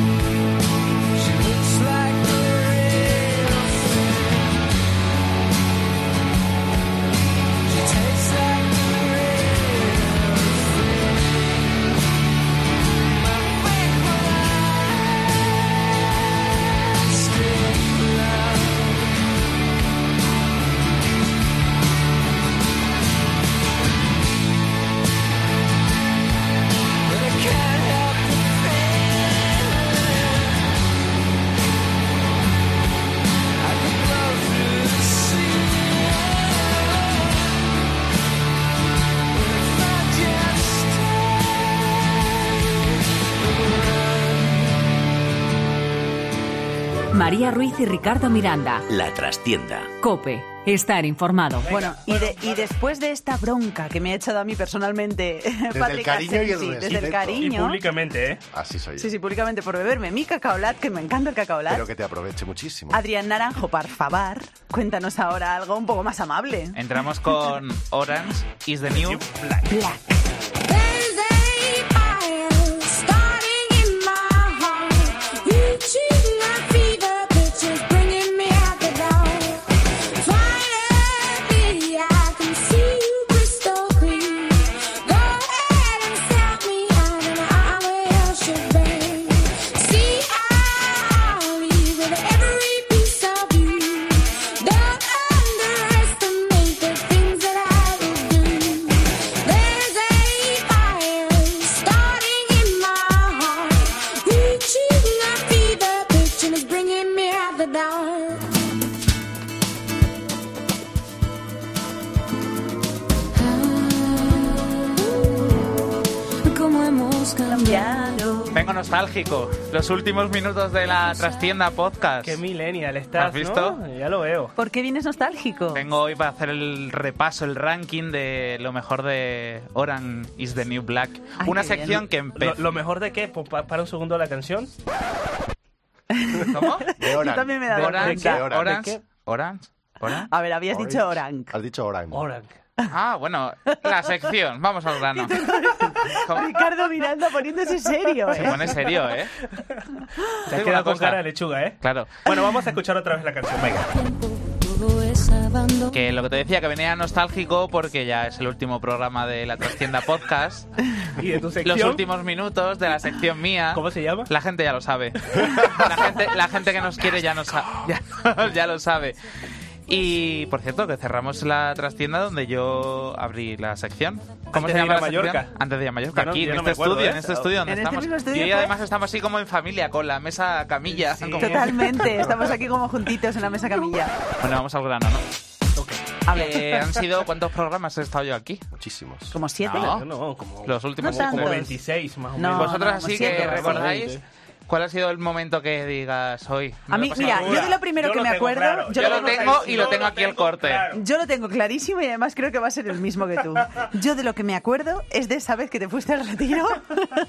She looks like the real thing. She tastes like the real thing. My faithful eyes still love. But I can't help the feeling. I could blow through the ceiling. But if I just stay around.
María Ruiz y Ricardo Miranda.
La trastienda.
Cope. Estar informado.
Bueno, y, de- y después de esta bronca que me ha echado a mí personalmente, <laughs>
el
Patrick
cariño y el
Asensi, desde
respeto.
el cariño.
Y públicamente,
¿eh?
Así soy yo.
Sí, sí, públicamente por beberme mi cacaolat, que me encanta el cacaolat.
Pero que te aproveche muchísimo.
Adrián Naranjo, por favor, cuéntanos ahora algo un poco más amable.
Entramos con Orange is the New Black.
Don't underestimate the things that I will do. There's a fire starting in my heart, reaching a fever pitch and it's bringing me out the dark.
Como hemos cambiado.
Vengo nostálgico. Los últimos minutos de la trastienda podcast. Qué
millennial estás.
¿Has visto?
Ya lo veo.
¿Por qué vienes nostálgico?
Vengo hoy para hacer el repaso, el ranking de lo mejor de Orange is the New Black. Una sección que
Lo,
empezó.
lo mejor de qué, Pon- pa- para un segundo la canción.
<laughs> ¿Cómo?
De Orange.
también me he dado
Orange,
cuenta.
¿De Orange,
¿De qué?
Orange, Orange.
A ver, habías dicho Orange.
Has dicho Orange.
Ah, bueno, la sección. Vamos al grano.
Ricardo Miranda poniéndose serio,
Se
¿eh?
pone serio, ¿eh?
Se
Tengo
ha
una
quedado con
cosa.
cara de lechuga, ¿eh?
Claro.
Bueno, vamos a escuchar otra vez la canción, venga.
Todo es abandono.
Que lo que te decía, que venía nostálgico porque ya es el último programa de la Trastienda Podcast.
¿Y de tu sección?
Los últimos minutos de la sección mía. ¿Cómo
se llama?
La gente ya lo sabe. La gente, la gente que nos quiere ya, nos sa- ya, <laughs> ya lo sabe. Y por cierto, que cerramos la trastienda donde yo abrí la sección.
Antes de ir a
sección?
Mallorca.
Antes de ir a Mallorca,
Yo no-
aquí,
yo
en,
no
este
me acuerdo,
estudio,
¿eh?
en este estudio donde
En este
estamos.
mismo estudio,
y hoy
pues.
además estamos así como en familia, con la mesa camilla. como-
Totalmente, estamos aquí como juntitos en la mesa camilla.
Bueno, vamos al grano, ¿no?
A ver.
Eh, han sido cuántos programas he estado yo aquí?
Muchísimos.
¿Como siete?
No,
no, como
los últimos
como- como 26 más o
No,
menos.
Vosotros
no,
así
como siete,
que
como
recordáis
siete.
cuál ha sido el momento que digas hoy.
A mí, mira, yo de lo primero que me acuerdo,
yo, lo tengo y lo tengo aquí el corte.
Yo lo tengo clarísimo y además creo que va a ser el mismo que tú. Yo de lo que me acuerdo es de esa vez que te fuiste al retiro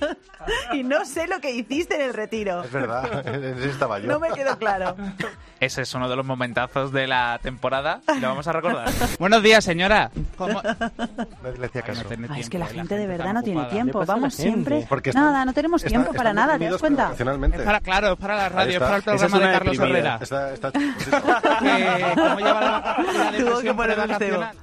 <laughs> y no sé lo que hiciste en el retiro.
Es
<laughs>
verdad, <laughs> en ese estaba yo.
No me quedó claro.
Ese es uno de los momentazos de la temporada y lo vamos a recordar. <laughs> Buenos días, señora.
Nadie le hacía caso.
Ay, Ah, es que
¿eh?
la gente de verdad no tiene tiempo.
¿Qué pasa a la
Vamos
gente?
siempre.
Porque están-
Nada, no tenemos
están-
tiempo para
están
nada, ¿te das
deprimidos,
cuenta?
pero racionalmente.
Es para, claro, es para la
Ahí
radio, es
está.
para el
Esa es
programa de
una
Carlos
deprimida.
Herrera.
Está-
<laughs>
está-
<laughs>
Tuvo que poner un
prevacacional.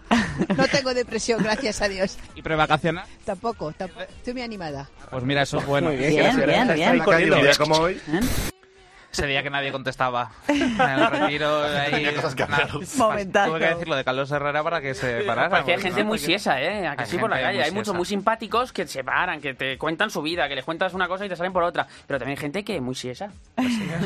No tengo depresión, gracias a Dios.
¿Y prevacacional?
Tampoco, tampoco. Estoy muy animada.
Pues mira, eso es bueno.
Muy bien, Bien, gracias. bien, Está bien. ahí corriendo.
Un día como hoy.
Ese día que nadie contestaba. En el
<laughs>
retiro, ahí.
Tenía cosas que
nada.
hacer.
Momentazo.
Tuve que decir lo de Carlos Herrera para que se parara.
Porque hay
porque
gente
no,
muy
porque-
siesa, ¿eh? A que
Hay
sí por la
gente
calle.
muy
Hay muchos
siesa.
muy simpáticos que se paran, que te cuentan su vida, que les cuentas una cosa y te salen por otra. Pero también hay gente que es muy siesa.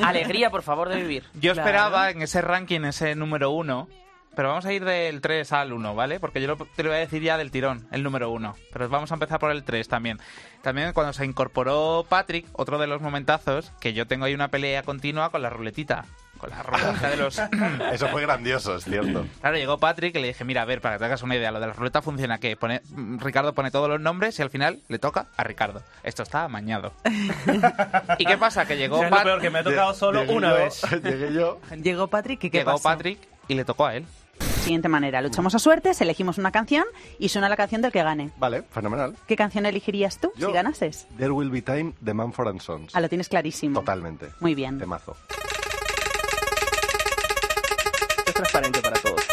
Alegría, por favor, de vivir.
Yo esperaba en ese ranking, ese número uno. Pero vamos a ir del 3 al 1, ¿vale? Porque yo lo- te lo voy a decir ya del tirón, el número 1. Pero vamos a empezar por el 3 también. También cuando se incorporó Patrick, otro de los momentazos, que yo tengo ahí una pelea continua con la ruletita. Con la ruletita de los...
Eso fue grandioso, es cierto.
Claro, llegó Patrick y le dije, mira, a ver, para que te hagas una idea, lo de la ruleta funciona que pone, mm, Ricardo pone todos los nombres y al final le toca a Ricardo. Esto está amañado. ¿Y qué pasa? Que llegó
Ya es lo
Pat-
peor, que me ha tocado solo Llegué una yo- vez.
<laughs> Llegué yo.
Llegó Patrick y ¿qué
Llegó
pasó?
Patrick y le tocó a él.
siguiente manera. Lo echamos a suertes, elegimos una canción y suena la canción del que gane.
Vale, fenomenal.
¿Qué canción elegirías tú si ganases?
There Will Be Time de Manford and Sons.
Ah, lo tienes clarísimo.
Totalmente.
Muy bien.
Temazo.
Es transparente para todos.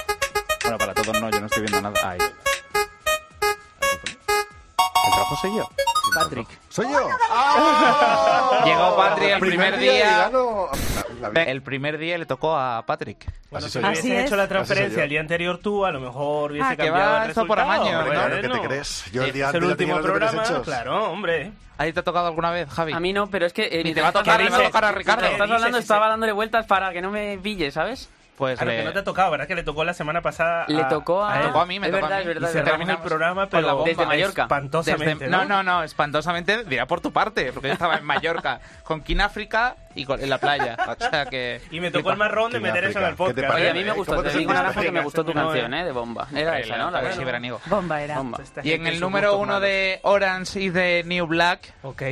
Bueno, para todos no, yo no estoy viendo nada. Ay.
¿El trabajo soy yo?
Patrick.
¡Soy yo!
<laughs> Llegó Patrick el primer día.
gano.
El primer día le tocó a Patrick.
Bueno, si hubiesen hecho la transferencia el día anterior tú, a lo mejor hubiese
Ah, que
cambiado
va,
el
eso
resultado.
por amaño,
hombre,
¿no?
bueno.
¿Qué te crees? Yo el
Es
día antes
el
ya tenía
último
los deberes
programa,
hechos.
<laughs> claro, hombre.
¿Ahí te ha tocado alguna vez, Javi?
A mí no, pero es que... eh,
Ni te
mientras
va a
estás
tocar, ni me va a
hablando-
tocar a Ricardo.
mientras Estás
Dices,
hablando,
sí,
estaba dándole vueltas para que no me pille, ¿sabes?
Pues Ah,
Claro, que no te ha tocado, ¿verdad? Que le tocó la semana pasada.
Le tocó a-
él.
Me tocó a mí, me Es tocó a verdad, mí. es verdad,
Y
es
se
verdad.
terminó el programa,
Con la
pero
bomba.
Espantosamente.
Desde- ¿no? no, no, espantosamente dirá por tu parte, porque yo estaba en Mallorca, con Kináfrica y con- en la playa. O sea que.
Y me tocó el marrón de meter eso en el podcast.
Oye, a mí me gustó, te digo naranja que me gustó tu canción, ¿eh? De bomba. Era
Increíble,
esa, ¿no? La
a ver
verdad.
si veraniego.
Bomba era.
Y en el número uno de Orange y de New Black.
Ok.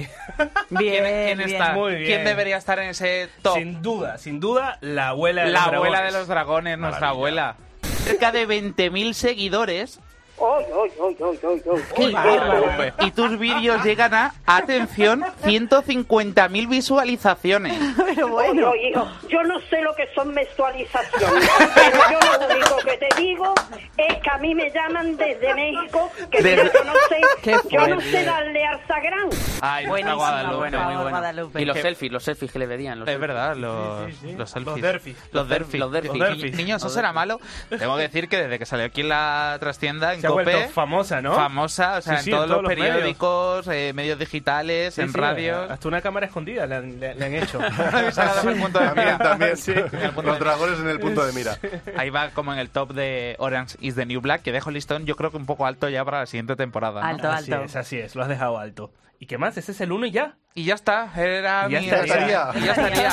¿Quién, quién está?
Muy bien.
¿Quién debería estar en ese top?
Sin duda, sin duda, la abuela de
La
los
abuela
dragones.
de los dragones, nuestra
Maravilla.
abuela. Cerca de 20.000 seguidores.
¡Oy, oy, oy, oy, oy, oy!
¡Qué bárbaro! Y tus vídeos llegan a, atención, 150.000 visualizaciones.
Pero bueno.
Oye, hijo, yo no sé lo que son menstrualizaciones, pero yo lo único que te digo es que a mí me llaman desde México, que
Desde-
yo no sé,
Qué
yo no
fuerte.
sé darle al Sagrán.
Ay,
Buenísima,
nuestra Guadalupe,
por
bueno,
favor,
muy bueno.
Guadalupe. Y los selfies, los selfies que le pedían.
Es verdad, los, los selfies.
Los derfis.
Los derfis.
Los derfis.
Ni- Niño, eso
Los
será
derfis.
malo. Tengo que decir que desde que salió aquí en la trastienda, en
Se ha
Cope...
vuelto famosa, ¿no?
Famosa, o sea,
Sí, sí,
en todos los, periódicos, eh, medios digitales,
Sí,
en <laughs>
sí,
radio...
Hasta una cámara escondida le han, le- le han hecho.
También,
<laughs>
también.
Sí.
Los dragones en el punto
<laughs>
de mira.
Ahí va como en el top de Orange is the New Black, que dejo el listón yo creo que un poco alto ya para la siguiente temporada. ¿no?
Así es, así es, lo has dejado alto. ¿Y qué más? Ese es el uno y ya.
Y ya está, era
ya
mi-
estaría.
y ya estaría.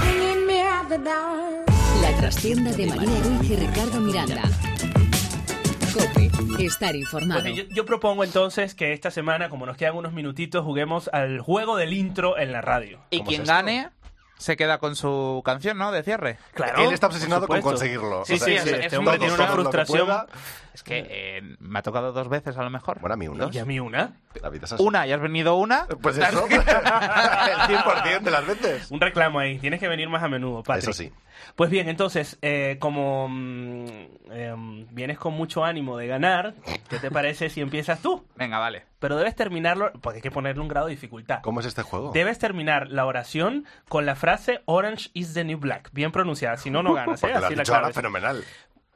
Bringing me out the door.
La trastienda de María Ruiz y Ricardo Miranda. Cope, estar informado.
Bueno, yo, yo propongo entonces que esta semana, como nos quedan unos minutitos, juguemos al juego del intro en la radio.
Y
¿Cómo
quien
es esto?
gane se queda con su canción, ¿no? De cierre.
Claro, Él está obsesionado por con supuesto. conseguirlo.
Sí,
O sea,
sí,
es-
es-
este
es
hombre
un-
tiene una frustración.
Es que eh, me ha tocado dos veces a lo mejor. Bueno,
a mí
una.
¿Y a mí una?
La vida es
Una, y has venido una.
Pues eso, <laughs> el 100% de las veces.
Un reclamo ahí. Tienes que venir más a menudo, Patrick.
Eso sí.
Pues bien, entonces, eh, como mm, em, vienes con mucho ánimo de ganar, ¿qué te parece si empiezas tú?
Venga, vale.
Pero debes terminarlo, porque hay que ponerle un grado de dificultad.
¿Cómo es este juego?
Debes terminar la oración con la frase Orange is the new black, bien pronunciada, si no,
<laughs>
no ganas. ¿eh?
Porque lo has
Así la
dicho ahora
claves.
fenomenal.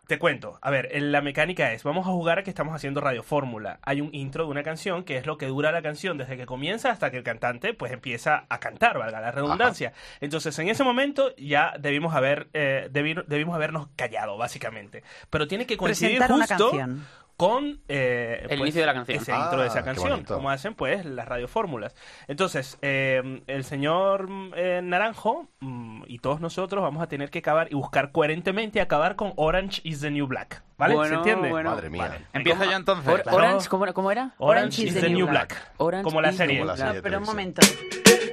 Te cuento. A ver, el- la mecánica es, vamos a jugar a que estamos haciendo Radio Fórmula. Hay un intro de una canción que es lo que dura la canción desde que comienza hasta que el cantante pues empieza a cantar, valga la redundancia. Entonces, en ese momento ya debimos haber eh, debi- debimos habernos callado básicamente, pero tiene que coincidir
Presentar una
justo
canción.
con eh,
El inicio de la canción.
ese intro de esa
Ah, qué
canción,
bonito.
como hacen pues las radiofórmulas. Entonces, eh, el señor mm, eh, Naranjo mm, y todos nosotros vamos a tener que acabar y buscar coherentemente acabar con Orange is the New Black. ¿Vale? ¿Se
Bueno,
entiende?
bueno. Madre
mía.
Empiezo yo entonces.
Or-
claro.
Orange, ¿cómo, cómo era?
Orange is the New Black.
Orange
Como la
is the
serie.
New
Como la
Black.
serie.
Pero un momento.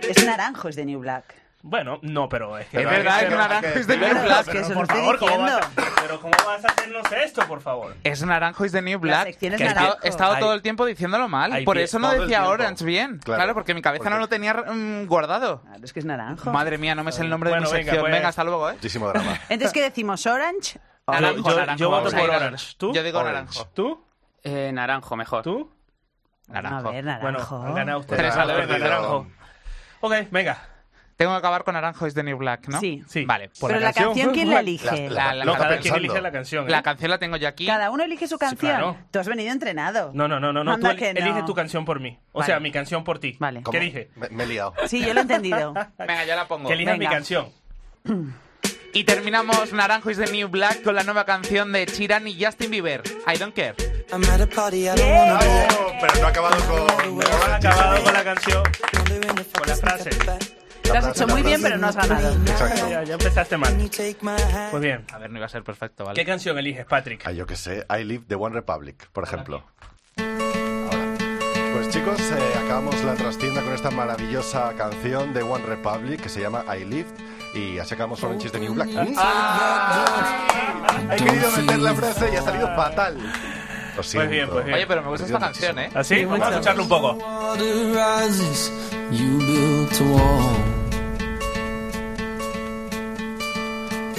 Es naranjo, es de New Black.
Bueno, no, pero es que...
Es verdad, es
pero-
naranja,
pero-
es de
pero-
New Black.
pero
Que se
por
lo estoy
favor, ¿cómo vas a-
diciendo.
Pero ¿cómo vas a hacernos esto, por favor?
Es Naranjo is the New
La
Black.
sección es
que he estado,
Naranjo.
he estado
Ahí.
todo el tiempo diciéndolo mal.
Ahí
Por
pie-
eso no
todo el
decía
tiempo.
Orange bien. Claro,
Claro.
porque mi cabeza no lo tenía mm, guardado.
es que es naranjo.
Madre mía, no me sé el nombre
Bueno,
de mi
venga,
sección.
pues.
Venga, hasta luego, ¿eh?
Muchísimo drama.
Entonces, ¿qué decimos? ¿Orange?
Naranjo,
yo, yo-
naranjo,
yo voto
vamos a
por
ir a-
Orange. ¿Tú?
Yo digo
Orange.
naranjo.
¿Tú?
Eh, naranjo, mejor.
¿Tú?
Naranjo.
Bueno, han ganado ustedes.
Tres a dos,
Venga,
perdón.
naranjo. Ok, venga.
Tengo que acabar con Naranjo is the New Black, ¿no?
Sí. Sí.
Vale. pues
Pero la canción, ¿quién la
<laughs>
elige?
La- la- No, cada quien elige la canción, ¿eh?
La canción la tengo yo aquí.
Cada uno elige su canción.
claro.
Tú has venido entrenado.
No, no, no, no, no. Tú
Anda
el-
que no.
elige tu canción por mí. O
Vale.
sea, mi canción por ti. Vale.
¿Cómo?
¿Qué dije?
Me, me he liado.
Sí, yo lo he entendido.
Venga, ya la pongo.
Que elijas mi canción.
Y terminamos Naranjo is the New Black con la nueva canción de Chiran y Justin Bieber. I don't care.
¡Eh!
Pero no ha acabado con...
Acabado con la canción. Con la frase.
Pero Lo has hecho muy bien, pero no has ganado.
Ya, ya empezaste mal. Pues bien.
A ver, no iba a ser perfecto, ¿vale?
¿Qué canción eliges, Patrick?
Ah, yo qué sé. I Live the One Republic, por ejemplo. Ahora. Pues chicos, eh, acabamos la trastienda con esta maravillosa canción de One Republic que se llama I Live y así acabamos Orange is the New Black. Ah, He querido meter la frase y ha salido fatal. Lo siento.
bien, pues bien.
Oye, pero me gusta esta canción, ¿eh?
Así, vamos a escucharlo un poco.
Water rises, you built a wall.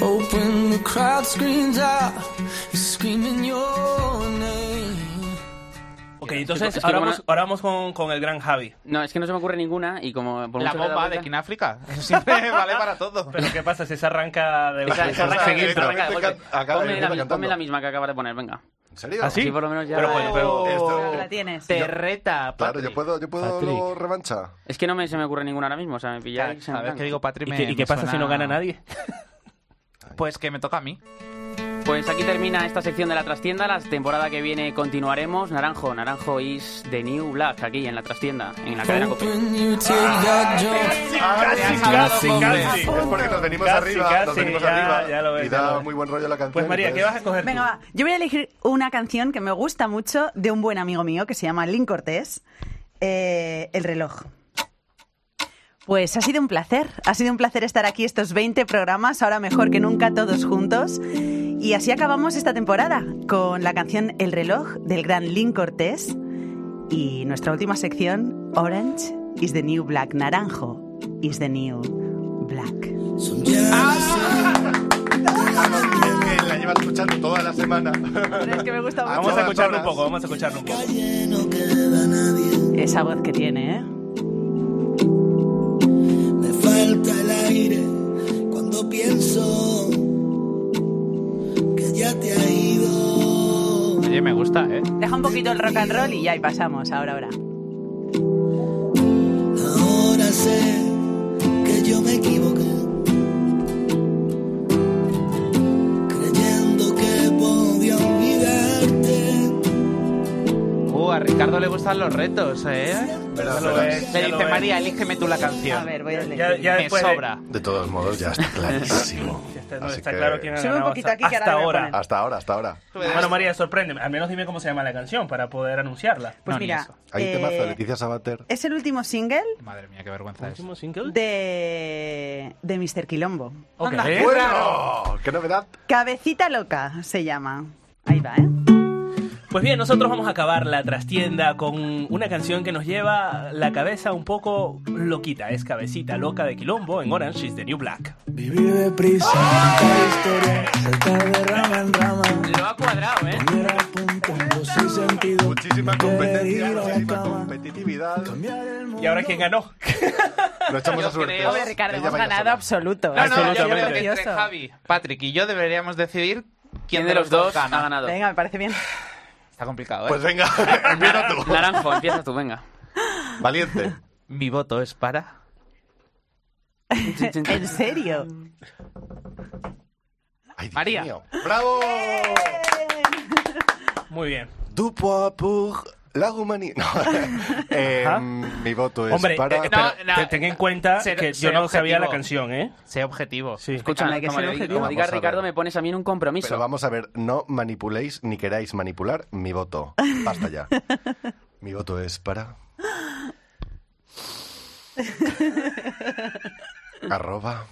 Open the crowd screams out, screaming your name.
Ok, entonces
es que
ahora,
no me-
vamos, ahora vamos con, con el gran Javi.
No, es que no se me ocurre ninguna y como por
La
mucho que le he dado
bomba de
vuelta-
Kináfrica.
<laughs>
Siempre vale para todo.
Pero ¿qué pasa si se arranca de
Esa- esa arranca de-
seguido?
esa arranca de golpe.
acaba
Ponme
de-
la-
cantando.
Ponme la misma que acabas de poner, venga.
¿En serio?
¿Ah, sí?
Así por lo menos ya...
Pero bueno, pero- Esto-
La tienes.
Te reta,
Claro, yo puedo, yo puedo
Patrick.
luego revancha.
Es que no me, se me ocurre ninguna ahora mismo, o sea, me pilláis...
Cada vez que digo Patri
¿Y
me-
qué, y qué
me
pasa si
suena-
no gana nadie?
Pues que me toca a mí.
Pues aquí termina esta sección de la trastienda. La temporada que viene continuaremos. Naranjo, Naranjo is the new black aquí en la trastienda, en la cadena Cope.
When you take that
Ahora
jump.
ya
casi,
sabemos
casi,
dónde es.
casi.
Es porque nos venimos
Casi,
arriba, nos
casi,
venimos
ya,
arriba.
ya lo ves,
y
ya lo
da
ves.
muy buen rollo la canción.
Pues María, ¿qué vas a coger?
Venga, va. Yo voy a elegir una canción que me gusta mucho de un buen amigo mío que se llama Lin Cortés, eh, El reloj. Pues ha sido un placer, ha sido un placer estar aquí estos 20 programas, ahora mejor que nunca todos juntos. Y así acabamos esta temporada con la canción El reloj del gran Lin Cortés y nuestra última sección, Orange is the New Black, Naranjo is the New Black.
Es que la llevas escuchando toda la semana. <laughs>
es que me gusta mucho.
Vamos a escucharlo un poco, vamos a escucharlo un poco.
Esa voz que tiene, ¿eh?
Me falta el aire cuando pienso que ya te ha ido.
Oye, me gusta, ¿eh?
Deja un poquito el rock and roll y ya y pasamos, ahora, ahora.
Ahora sé que yo me equivoqué. Creyendo que podía olvidarte.
Uh, a Ricardo le gustan los retos, ¿eh?
Pero-
lo ves,
Me
ya lo
dice
ves.
María, elígeme tú la canción.
A ver, voy a leer.
Ya, ya
me
después de-
sobra.
De todos modos, ya está clarísimo.
<laughs> ya está, no,
Así
está
que-
claro quién ha
Sube un
ganado
poquito
hasta,
aquí, que ahora
hasta
le voy a
ahora.
poner.
Hasta ahora, hasta ahora.
Bueno, María, sorpréndeme. Al menos dime cómo se llama la canción para poder anunciarla.
Pues
No, ni
mira,
eso.
Hay un
eh,
temazo de Leticia Sabater.
es el último single
Madre mía, qué vergüenza es.
¿Último single?
de, de Mr. Quilombo.
Ok.
¡Bueno! ¡Qué novedad!
Cabecita loca se llama. Ahí va, ¿eh?
Pues bien, nosotros vamos a acabar la trastienda con una canción que nos lleva la cabeza un poco loquita. Es Cabecita Loca de Quilombo en Orange is the New Black.
Vivir deprisa, cada historia salta de rama en rama.
Lo ha cuadrado, ¿eh?
Mira puntuando sin sentido.
Muchísima
ir
competencia,
a la
muchísima
cama.
competitividad.
¿Y ahora quién ganó?
Lo echamos a suerte.
creo- Hombre,
Ricardo,
Ella
hemos
vaya
ganado
sola.
absoluto.
No, no, yo
Absolutamente.
creo que entre Javi, Patrick y yo deberíamos decidir quién,
¿Quién de los dos ha
gana.
ganado?
Venga, me
<laughs>
parece bien.
Está complicado, ¿eh?
Pues venga, <laughs> empieza
<laughs>
tú.
Naranjo, empieza tú, venga.
Valiente.
Mi voto es para...
<laughs>
¿En serio?
Ay, Dios
María.
mío. ¡Bravo!
Muy bien.
Du poids pour la Roumanie. No, <laughs> eh,
Ajá.
mi voto es
Hombre,
Pues para.
eh, espera,
No, no.
te- ten en cuenta
Ser-
que yo
ser
no sabía la
objetivo.
canción, ¿eh?
Sé objetivo.
Sí.
Escúchame,
Hay que
como,
ser
le-
objetivo.
como diga
Vamos a
Ricardo,
ver.
me pones a mí en un compromiso.
Pero vamos a ver, no manipuléis ni queráis manipular mi voto. Basta ya. mi voto es para. Arroba.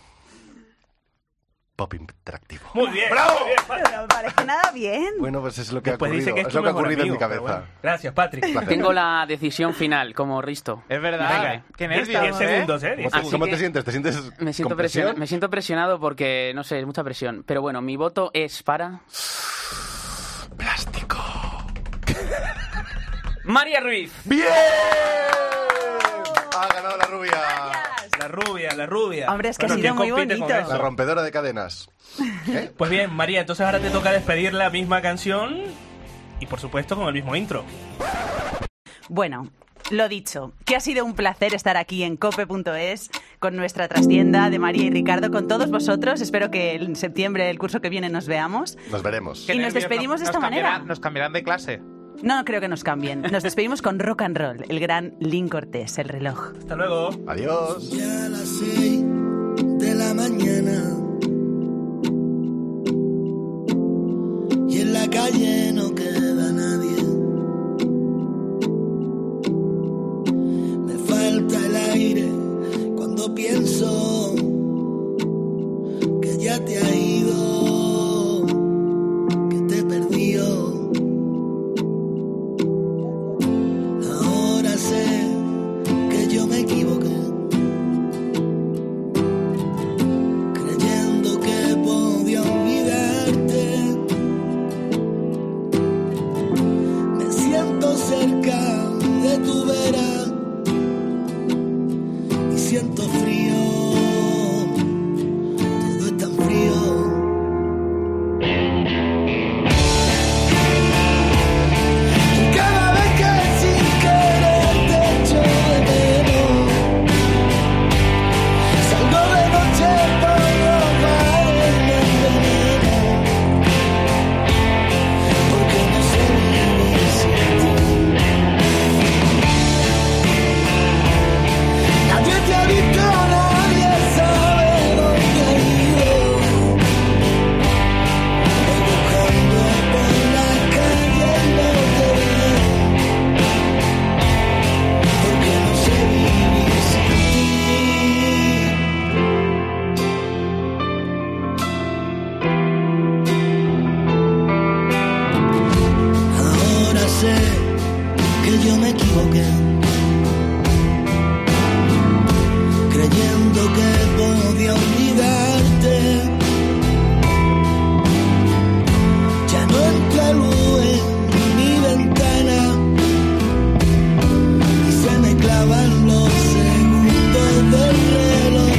Pop Interactivo.
Muy bien. ¡Bravo!
Pero me parece nada bien.
Bueno, pues es lo que
Después
ha ocurrido,
dice que es,
es
tu
lo que ha
mejor
ocurrido en mi
amigo,
cabeza.
pero bueno. Gracias, Patrick.
Placer.
Tengo la decisión final, como Risto.
Es verdad.
Venga,
¿Quién
diez-
es?
diez segundos, ¿eh?
¿Cómo
Diez
Así
te,
segundos.
cómo
que
te sientes? ¿Te sientes
Me siento,
con presión?
presionado, me siento presionado porque, no sé, es mucha presión. Pero bueno, mi voto es para...
Plástico.
<laughs> María Ruiz.
¡Bien! Ha ganado la rubia.
La rubia, la rubia.
Hombre, es que ha sido
¿quién
muy
compite con
bonito.
eso?
La rompedora de cadenas. ¿Eh?
Pues bien, María, entonces ahora te toca despedir la misma canción y por supuesto con el mismo intro.
Bueno, lo dicho, que ha sido un placer estar aquí en cope.es con nuestra trastienda de María y Ricardo, con todos vosotros. Espero que en septiembre, el curso que viene, nos veamos.
Nos veremos.
Y nos despedimos de esta manera.
Nos cambiarán de clase.
No creo que nos cambien. Nos despedimos con rock and roll, el gran Link Cortés, el reloj.
Hasta luego.
Adiós.
Ya a las seis de la mañana. Y en la calle no queda nadie. Me falta el aire cuando pienso que ya te ha ido, que te perdió. Ahora sé que yo me equivoqué. creyendo que podía olvidarte. Me siento cerca de tu vera y siento frío. Todo es tan frío. Cada vez que sin querer te echo de menos. Salgo de noche para robar el veneno Porque no sé ni si Nadie te ha visto, nadie sabe dónde ha ido Voy buscando por la calle y no te veo Porque no sé vivir sin ti Ahora sé que yo me equivoqué, creyendo que podía olvidarte. Ya no entra luz en mi ventana y se me clavan los segundos del reloj.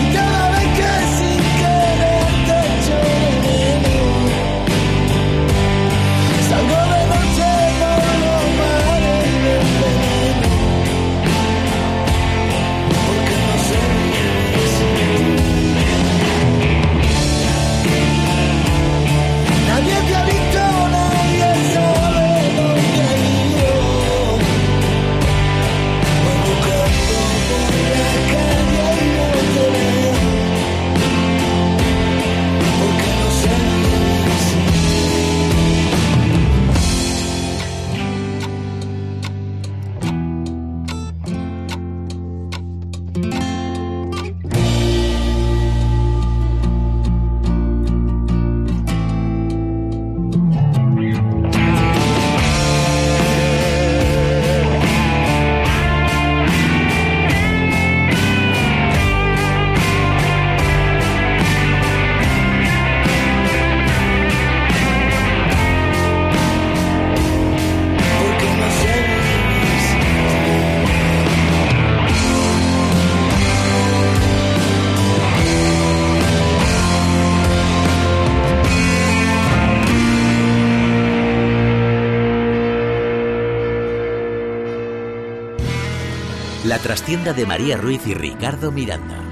Y cada vez que sin querer te echo de menos Salgo de noche por los mares del veneno Porque no sé vivir sin ti Nadie te ha visto, nadie sabe dónde ha ido Voy buscando por la calle y no te veo porque no sé vivir sin Porque no sé vivir sin
La trastienda de María Ruiz y Ricardo Miranda.